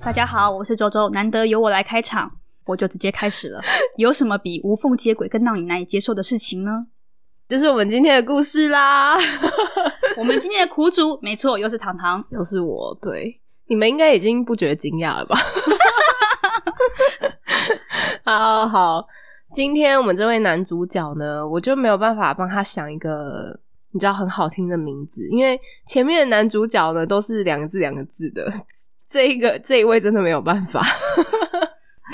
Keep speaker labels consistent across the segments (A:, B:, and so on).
A: 大家好，我是周周，难得由我来开场，我就直接开始 了。有什么比无缝接轨更让你难以接受的事情呢？
B: 就是我们今天的故事 啦，
A: 我们今天的苦主，没错，又是糖糖。
B: 又是我，对，你们应该已经不觉得惊讶了吧？ 好好，今天我们这位男主角呢，我就没有办法帮他想一个你知道很好听的名字，因为前面的男主角呢都是两个字两个字的，这一个这一位真的没有办法，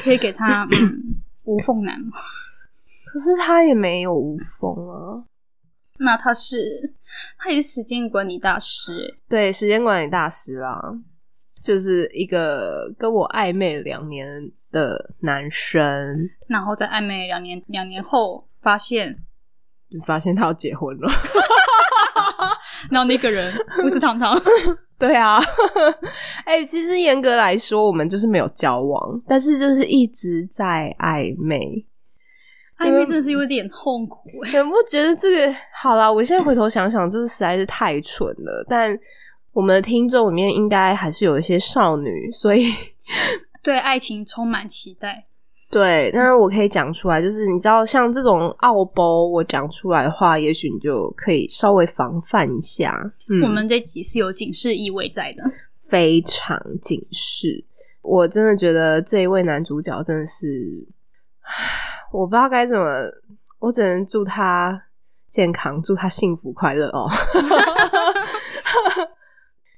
A: 可以给 他、嗯、无缝男。
B: 可是他也没有无缝啊。
A: 那他是他也是时间管理大师，
B: 对，时间管理大师啦，就是一个跟我暧昧两年的男生，
A: 然后在暧昧两年，两年后发现，
B: 就发现他要结婚了。
A: 然后那个人不是糖 糖，
B: 对啊，哎、其实严格来说，我们就是没有交往，但是就是一直在暧昧。
A: 暧昧真的是有点痛苦哎、
B: 你们不觉得这个好啦，我现在回头想想，就是实在是太蠢了。但我们的听众里面应该还是有一些少女，所以
A: 对爱情充满期待。
B: 对，但是我可以讲出来，就是你知道，像这种奥包，我讲出来的话，也许你就可以稍微防范一下。嗯，
A: 我们这集是有警示意味在的，
B: 非常警示。我真的觉得这一位男主角真的是，唉我不知道该怎么，我只能祝他健康，祝他幸福快乐哦。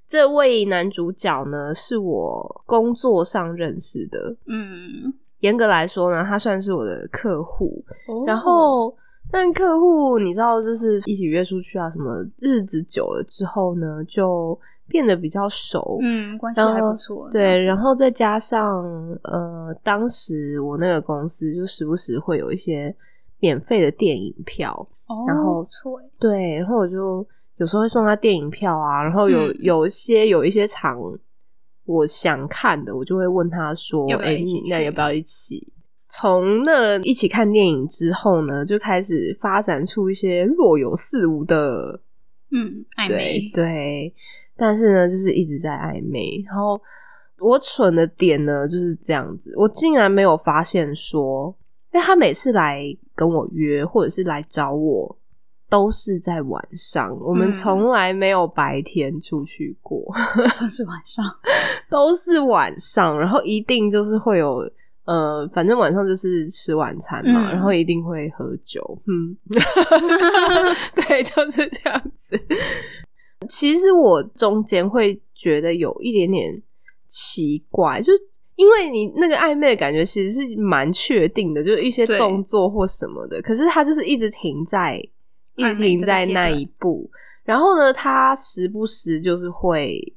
B: 这位男主角呢，是我工作上认识的。
A: 嗯，
B: 严格来说呢，他算是我的客户。然
A: 然后
B: 后，但客户你知道，就是一起约出去啊，什么日子久了之后呢，就变得比较熟。
A: 嗯，关系
B: 然后
A: 还不错，
B: 对，
A: 这样
B: 然
A: 子
B: 后再加上呃，当时我那个公司就时不时会有一些免费的电影票，
A: 哦
B: 然后
A: 不错哎
B: 对，然后我就有时候会送他电影票啊，然后有、
A: 嗯
B: 有一些有一些场我想看的，我就会问他说
A: 要：“不要
B: 哎、
A: 一起
B: 你那
A: 去
B: 要不要一起？”从那一起看电影之后呢，就开始发展出一些若有似无的
A: 嗯，暧
B: 对
A: 昧
B: 对，但是呢，就是一直在暧昧。然后我蠢的点呢就是这样子，我竟然没有发现说，因为他每次来跟我约或者是来找我，都是在晚上，我们
A: 嗯
B: 从来没有白天出去过，
A: 都是晚上，
B: 都是晚上，然后一定就是会有。呃，反正晚上就是吃晚餐嘛，
A: 嗯
B: 然后一定会喝酒， 嗯， 对，就是这样子。其实我中间会觉得有一点点奇怪，就是因为你那个暧昧的感觉其实是蛮确定的，就是一些
A: 对
B: 动作或什么的，可是他就是一直停在，一直
A: 暧昧
B: 停
A: 这个
B: 在
A: 阶
B: 那
A: 段
B: 一步。然后呢，他时不时就是会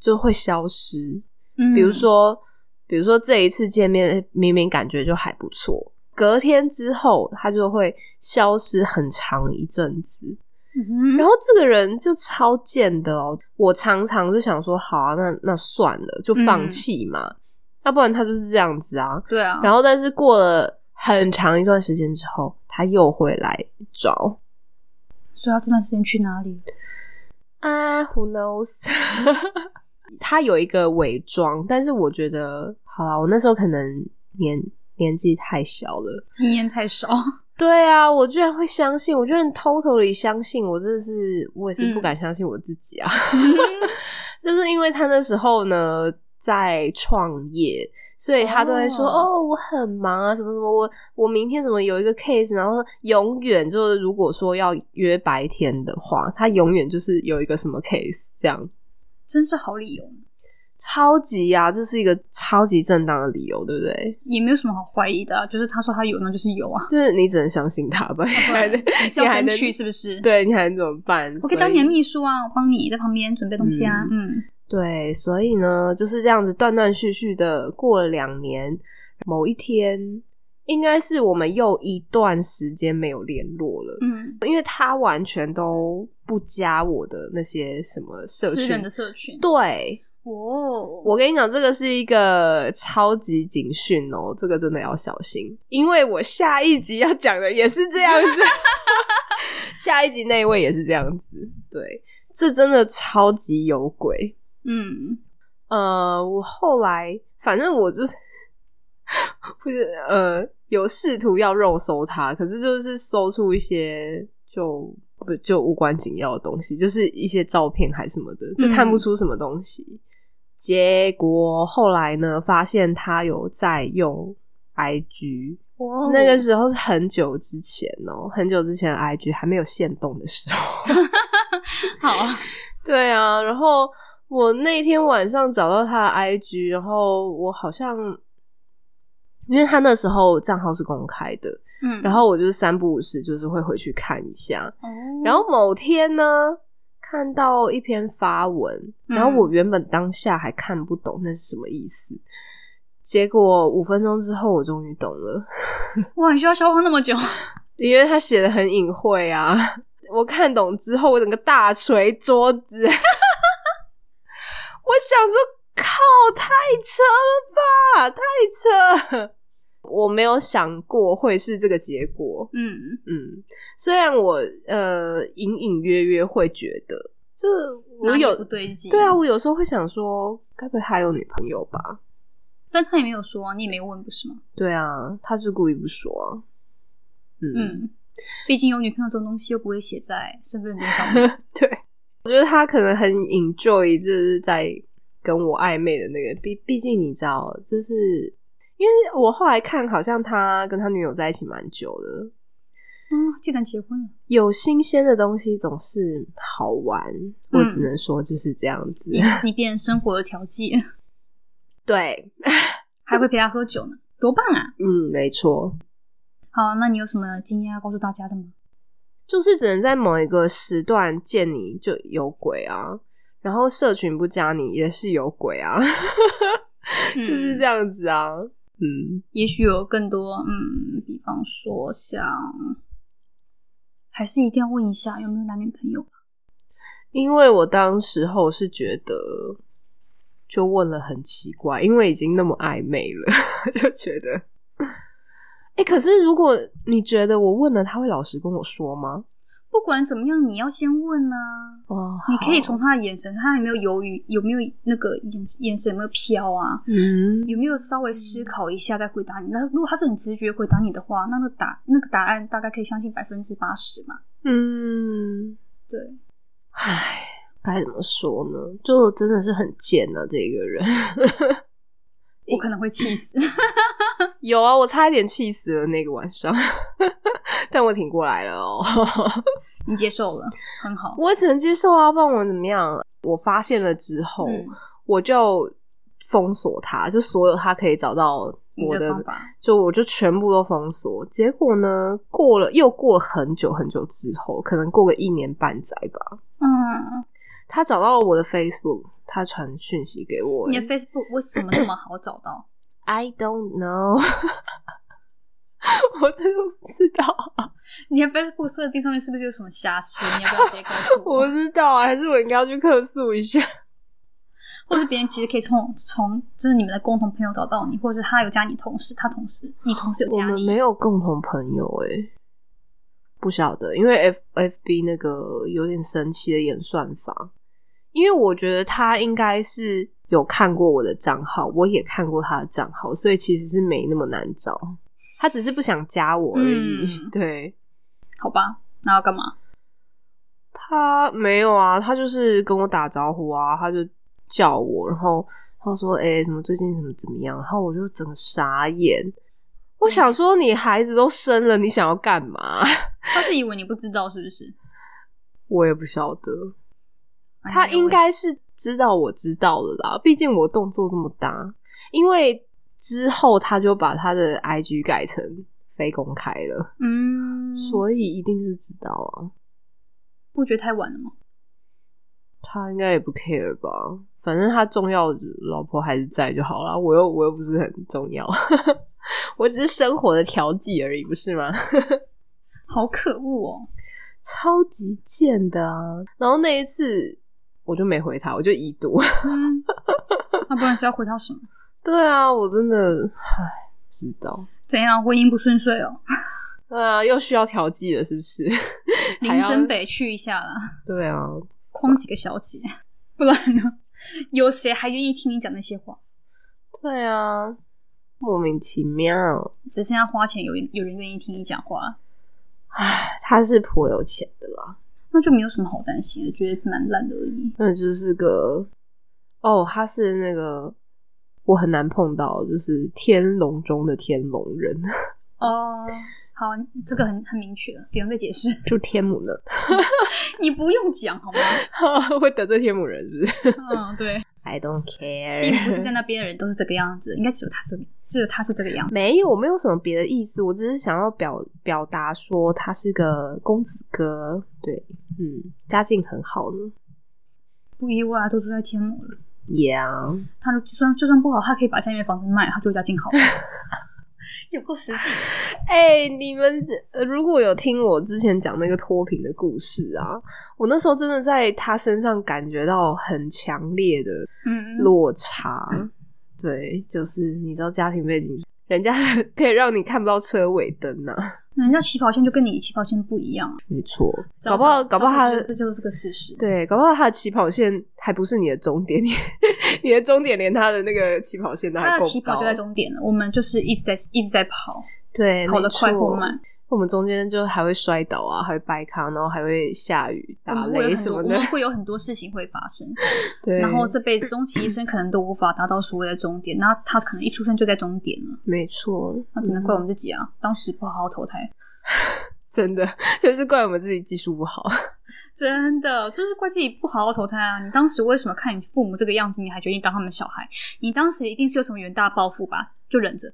B: 就会消失，
A: 嗯，
B: 比如说，比如说这一次见面，明明感觉就还不错，隔天之后他就会消失很长一阵子。
A: 嗯，
B: 然后这个人就超贱的哦，我常常就想说，好啊，那那算了，就放
A: 嗯
B: 弃嘛，要不然他就是这样子啊。
A: 对啊，
B: 然后，但是过了很长一段时间之后，他又会来找。
A: 所以他这段时间去哪里？
B: 啊、w h o knows？他有一个伪装，但是我觉得，好啦，我那时候可能年年纪太小了。
A: 经验太少，
B: 对啊，我居然会相信，我居然偷偷里相信，我真的是，我也是
A: 嗯
B: 不敢相信我自己啊。 就是因为他那时候呢在创业，所以他都会说：“
A: 哦
B: 哦我很忙啊，什么什么，我我明天怎么有一个 case，然后永远就是如果说要约白天的话，他永远就是有一个什么 case 这样。”
A: 真是好理由，
B: 超级呀、这是一个超级正当的理由，对不对？
A: 也没有什么好怀疑的啊。就是他说他有，那就是有啊。
B: 就是你只能相信他吧，你
A: 不
B: 还
A: 然
B: 能
A: 你是要
B: 你还
A: 跟
B: 能
A: 去是不是？，
B: 对，你还能怎么办？
A: 我可以当
B: 所
A: 你的秘书啊，我帮你在旁边准备东西啊。嗯，
B: 对，所以呢，就是这样子断断续续的过了两年。某一天，应该是我们又一段时间没有联络了，
A: 嗯，
B: 因为他完全都不加我的那些什么社
A: 私人
B: 群
A: 的。社群。
B: 对，
A: 哦，
B: 我跟你讲，这个是一个超级警讯哦，这个真的要小心，因为我下一集要讲的也是这样 子，下一集那一位也是这样子，对，这真的超级有鬼。
A: 嗯
B: 呃，我后来反正我就是 不是呃，有试图要肉搜他，可是就是搜出一些就不就无关紧要的东西，就是一些照片还什么的，就看不出什么东西。结果后来呢，发现他有在用 IG，、
A: 哇
B: 那个时候是很久之前哦，很久之前的 IG 还没有限动的时候。
A: 好，
B: 对啊，然后我那天晚上找到他的 IG，然后我好像，因为他那时候账号是公开的，
A: 嗯，
B: 然后我就是三不五时就是会回去看一下。
A: 哦，
B: 然后某天呢，看到一篇发文，然后我原本当下还看不懂那是什么意思，结果五分钟之后我终于懂了。
A: 哇，你需要消化那么久，
B: 因为他写的很隐晦啊。 我看懂之后，我整个大捶桌子。 我想说，靠，太扯了吧，太扯！我没有想过会是这个结果。
A: 嗯，
B: 嗯，虽然我呃隐隐约约会觉得，就是我
A: 哪里
B: 有
A: 不对劲，
B: 对啊，，我有时候会想说，该不会他有女朋友吧？
A: 但他也没有说啊，你也没问，不是吗？
B: 对啊，他是故意不说啊。嗯
A: 嗯，毕竟有女朋友这种东西又不会写在身份证上面，
B: 对，我觉得他可能很 enjoy，就是在跟我暧昧的那个，毕毕竟你知道，就是因为我后来看，好像他跟他女友在一起蛮久的，
A: 嗯，既然结婚了，
B: 有新鲜的东西总是好玩，
A: 嗯
B: 我只能说就是这样子。
A: 你你变成生活的调剂，
B: 对，
A: 还会陪他喝酒呢，多棒啊！
B: 嗯，没错，
A: 好，那你有什么经验要告诉大家的吗？
B: 就是只能在某一个时段见你就有鬼啊，然后社群不加你也是有鬼啊， 就是
A: 嗯
B: 这样子啊，嗯。
A: 也许有更多，嗯，比方说像，还是一定要问一下有没有男女朋友吧。
B: 因为我当时候是觉得，就问了很奇怪，因为已经那么暧昧了， 就觉得，哎、可是如果你觉得我问了，他会老实跟我说吗？
A: 不管怎么样，你要先问啊。
B: 哦
A: 你可以
B: 好
A: 从他的眼神，他有没有犹豫，有没有那个眼眼神有没有飘啊？
B: 嗯，
A: 有没有稍微思考一下再回答你？那如果他是很直觉回答你的话，那那个答那个答案大概可以相信百分之八十嘛？
B: 嗯，
A: 对，
B: 唉，该怎么说呢？就真的是很贱啊，这个人。
A: 我可能会气 死。
B: 有啊，我差一点气死了那个晚上， 但我挺过来了哦。
A: 你接受了，很好。
B: 我只能接受啊，不然我怎么样？我发现了之后，
A: 嗯，
B: 我就封锁他，就所有他可以找到
A: 你
B: 我
A: 的
B: 的，
A: 方法，
B: 就我就全部都封锁。结果呢，过了又过了很久很久之后，可能过个一年半载吧，
A: 嗯，
B: 他找到了我的 Facebook，他传讯息给我、欸
A: 你的 Facebook 为什么那么好找到？
B: I don't know，我真的不知道，
A: 你的 Facebook 设定上面是不是有什么瑕疵？你要不要直接告诉
B: 我
A: 我？
B: 不知道啊，还是我应该要去客诉一下？
A: 或者别人其实可以从从就是你们的共同朋友找到你，或者是他有加你同事，他同事，你同事有
B: 我
A: 加
B: 们
A: 你，
B: 没有共同朋友诶、不晓得，因为 F F B 那个有点神奇的演算法，因为我觉得他应该是有看过我的账号，我也看过他的账号，所以其实是没那么难找。他只是不想加我而已。
A: 嗯
B: 对
A: 好吧？那要干嘛？
B: 他没有啊，他就是跟我打招呼啊，他就叫我，然后他说：“哎、什么最近怎么怎么样？”然后我就整个傻眼。我想说，你孩子都生了，你想要干嘛？
A: 他是以为你不知道是不是？
B: 我也不晓得，
A: 哎
B: 他
A: 你有
B: 应该是知道我知道了啦，毕竟我动作这么大。因为之后他就把他的 IG 改成非公开了，
A: 嗯，
B: 所以一定是知道啊。
A: 不觉得太晚了吗？
B: 他应该也不 care 吧，反正他重要的老婆还是在就好啦。我又我又不是很重要， 我只是生活的调剂而已，不是吗？
A: 好可恶哦！
B: 超级贱的啊！然后那一次我就没回他，我就已读。
A: 嗯，那不然是要回到什么？
B: 对啊，我真的唉，不知道。
A: 怎样婚姻不顺遂哦？
B: 对啊，又需要调剂了，是不是？ 还
A: 林
B: 要
A: 森北去一下啦，
B: 对啊，
A: 框几个小姐，不然呢？有谁还愿意听你讲那些话？
B: 对啊，莫名其妙。
A: 只剩下花钱有人有人愿意听你讲话，
B: 唉，他是颇有钱的啦，
A: 那就没有什么好担心的，觉得蛮烂的而已。
B: 那就是个哦，他是那个我很难碰到，就是天龙中的天龙人，
A: 哦、好，这个很很明确了，不用再解释，
B: 就天母呢，
A: 你不用讲好吗？
B: 会得罪天母人是不是
A: 嗯，对，
B: ？I don't
A: 并
B: care，
A: 不是在那边的人都是这个样子，应该只有他这个，只有他是这个样子。
B: 没有，我没有什么别的意思，我只是想要表表达说他是个公子哥，对，嗯，家境很好呢
A: 不意外啊，都住在天母了。
B: ，Yeah，
A: 他就算就算不好，他可以把下面的房子卖了，他就家境好。 有够实际的，
B: 哎、你们呃如果有听我之前讲那个脱贫的故事啊，我那时候真的在他身上感觉到很强烈的
A: 嗯，
B: 落差。对，就是你知道家庭背景，人家可以让你看不到车尾灯呐、啊。
A: 嗯人家起跑线就跟你起跑线不一样啊，
B: 没错，搞不好搞不好他
A: 这就是个事实。
B: 对，搞不好他的起跑线还不是你的终点，你 你的终点连他的那个起跑线都还
A: 他的
B: 够
A: 起
B: 不
A: 跑
B: 到
A: 就在终点了，我们就是一直在一直在跑，
B: 对，
A: 跑得
B: 的
A: 快或慢。
B: 我们中间就还会摔倒啊，还会掰咖，然后还会下雨、
A: 我
B: 打
A: 们会有
B: 雷
A: 很
B: 什
A: 多，
B: 么
A: 我
B: 的
A: 们。会有很多事情会发生，
B: 对，
A: 然后这辈子终其一生可能都无法达到所谓的终点，然后他可能一出生就在终点了，
B: 没错，嗯
A: 那只能怪我们自己啊，当时不好好投胎，
B: 真的 就是怪我们自己技术不 好。
A: 真的就是怪自己不好好投胎啊！你当时为什么看你父母这个样子，你还决定当他们小孩？你当时一定是有什么远大抱负吧？就忍着。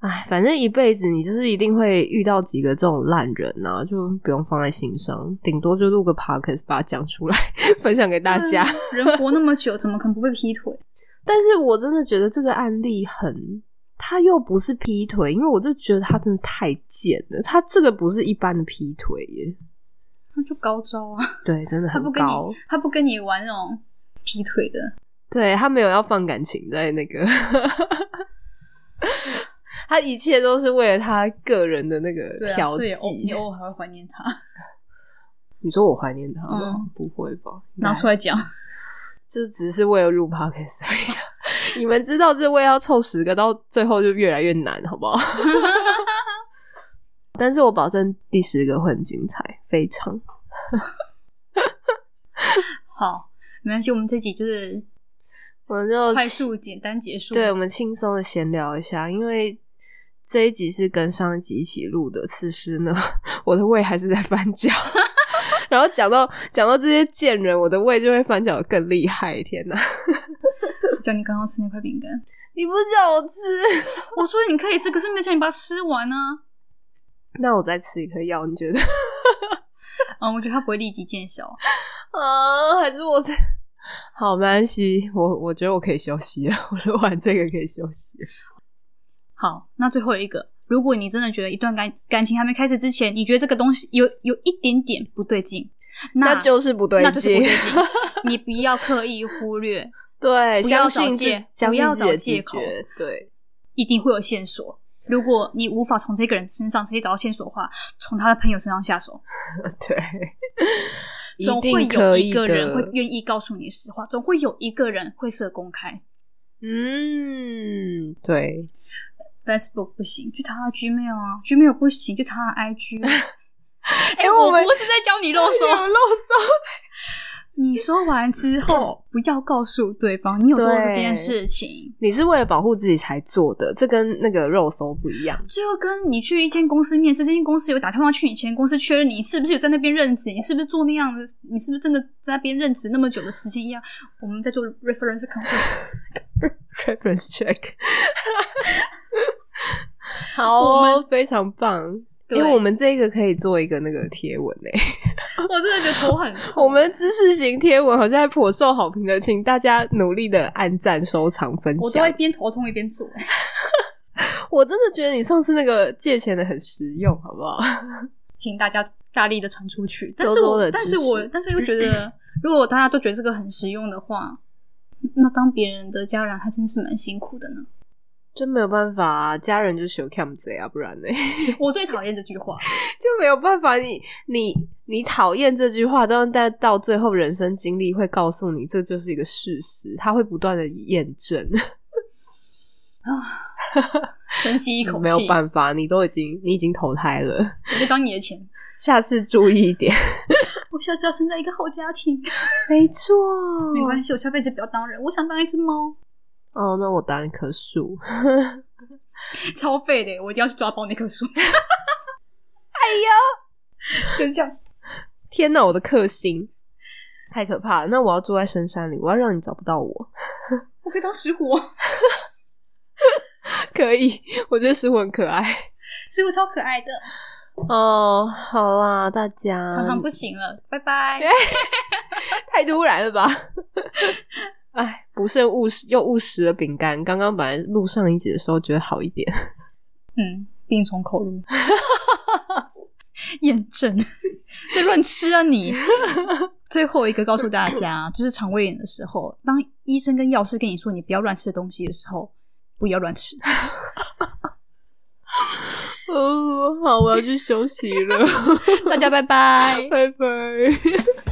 B: 哎，反正一辈子你就是一定会遇到几个这种烂人啊，就不用放在心上，顶多就录个 podcast 把它讲出来， 分享给大家。
A: 人活那么久，怎么可能不被劈腿？
B: 但是我真的觉得这个案例很，他又不是劈腿，因为我就觉得他真的太贱了，他这个不是一般的劈腿耶，
A: 那就高招啊！
B: 对，真的
A: 他
B: 很
A: 不跟你
B: 高，，
A: 他不跟你玩那种劈腿的，
B: 对他没有要放感情在那个，他一切都是为了他个人的那
A: 对
B: 个
A: 啊，
B: 调
A: 所以
B: 剂。
A: 偶你偶尔还会怀念他，
B: 你说我怀念他吗？
A: 嗯
B: 不会吧？
A: 拿出来
B: 啊
A: 讲。
B: 就只是为了录 podcast 而已啊。 你们知道，这为了要凑十个，到最后就越来越难，好 不好？但是我保证第十个会很精彩，非常。
A: 好，没关系，我们这集就是
B: 我们就
A: 快速简单结束。
B: 哦对，我们轻松的闲聊一下，因为这一集是跟上一集一起录的。此时呢，我的胃还是在翻 搅，然后讲到讲到这些贱人，我的胃就会翻搅得更厉害。天哪！
A: 是叫你刚刚吃那块饼干，
B: 你不叫我吃。
A: 我说你可以吃，可是没有叫你把它吃完啊。
B: 那我再吃一颗药，你觉得？
A: 嗯，我觉得他不会立即见效。
B: 啊，还是我在？好，没关系，我我觉得我可以休息了，我录完这个可以休息了。
A: 好，那最后一个，如果你真的觉得一段感感情还没开始之前，你觉得这个东西有有一点点不对劲，那
B: 那就是不对
A: 那就是
B: 劲
A: 不对，劲， 你不要刻意忽略，
B: 对，
A: 不要
B: 相
A: 找
B: 信自
A: 借
B: 相
A: 不
B: 信
A: 要
B: 自己的
A: 找借
B: 直
A: 口
B: 觉，对，
A: 一定会有线索。如果你无法从这个人身上直接找到线索的话，从他的朋友身上下手，
B: 对，
A: 总
B: 定
A: 会有
B: 可
A: 一
B: 以
A: 个人
B: 的
A: 会愿意告诉你实话，总会有一个人会设公开。
B: 嗯，对，
A: Facebook 不行，去查他的 Gmail 啊，Gmail 不行，去查他的 IG 啊。哎、
B: 哎
A: 我
B: 我们啊
A: 不是在教你 肉
B: 有
A: 搜，
B: 漏搜，
A: 你说完之后，不要告诉对方你有做这件
B: 对
A: 事情。
B: 你是为了保护自己才做的，这跟那个肉搜不一样。
A: 最后跟你去一间公司面试，这间公司有打电话去你前公司确认你是不是有在那边任职，你是不是做那样的，你是不是真的在那边任职那么久的时间一样。我们在做 reference contact，
B: Reference check，好
A: 我
B: 哦，非常棒。因
A: 对，
B: 为我们这个可以做一个那个贴文诶、
A: 我真的觉得头很痛
B: 我们知识型贴文好像还颇受好评的，请大家努力的按赞、收藏、分
A: 我都
B: 享
A: 会。边头痛一边做。
B: 我真的觉得你上次那个借钱的很实用，好不好？
A: 请大家大力的传出去。但是
B: 多
A: 我，
B: 多地
A: 但
B: 支
A: 是我，
B: 持
A: 但是又觉得，如果大家都觉得这个很实用的话，那当别人的家人还真是蛮辛苦 的呢。
B: 真没有办法、啊，家人就喜欢看我们这样，不然呢
A: 我最讨厌这句话，
B: 就没有办法。你你你讨厌这句话，但但到最后人生经历会告诉你，这就是一个事实，它会不断的验证。
A: 深吸一口气，
B: 没有办法，你都已经你已经投胎了，
A: 我就当你的钱。
B: 下次注意一点。
A: 我下次要生在一个好家庭，
B: 没错，
A: 没关系，我下辈子不要当人，我想当一只猫，
B: 哦，那我当一棵树。
A: 超废的，我一定要去抓爆那棵树， 就是这样子。
B: 天哪，我的克星太可怕了！那我要住在深山里，我要让你找不到我。
A: 我可以当石虎，
B: 可以，我觉得石虎很可爱。
A: 石虎超可爱的。
B: 哦，好啦，大家
A: 糖糖不行了，拜拜。
B: 太突然了 吧？哎，不慎误食又误食了饼干。刚刚本来录上一集的时候觉得好一点，
A: 嗯，病从口入， 验证在乱吃啊你！ 最后一个告诉大家，就是肠胃炎的时候，当医生跟药师跟你说你不要乱吃东西的时候，不要乱吃。
B: 哦，好，我要去休息了，
A: 大家拜拜。
B: 拜拜。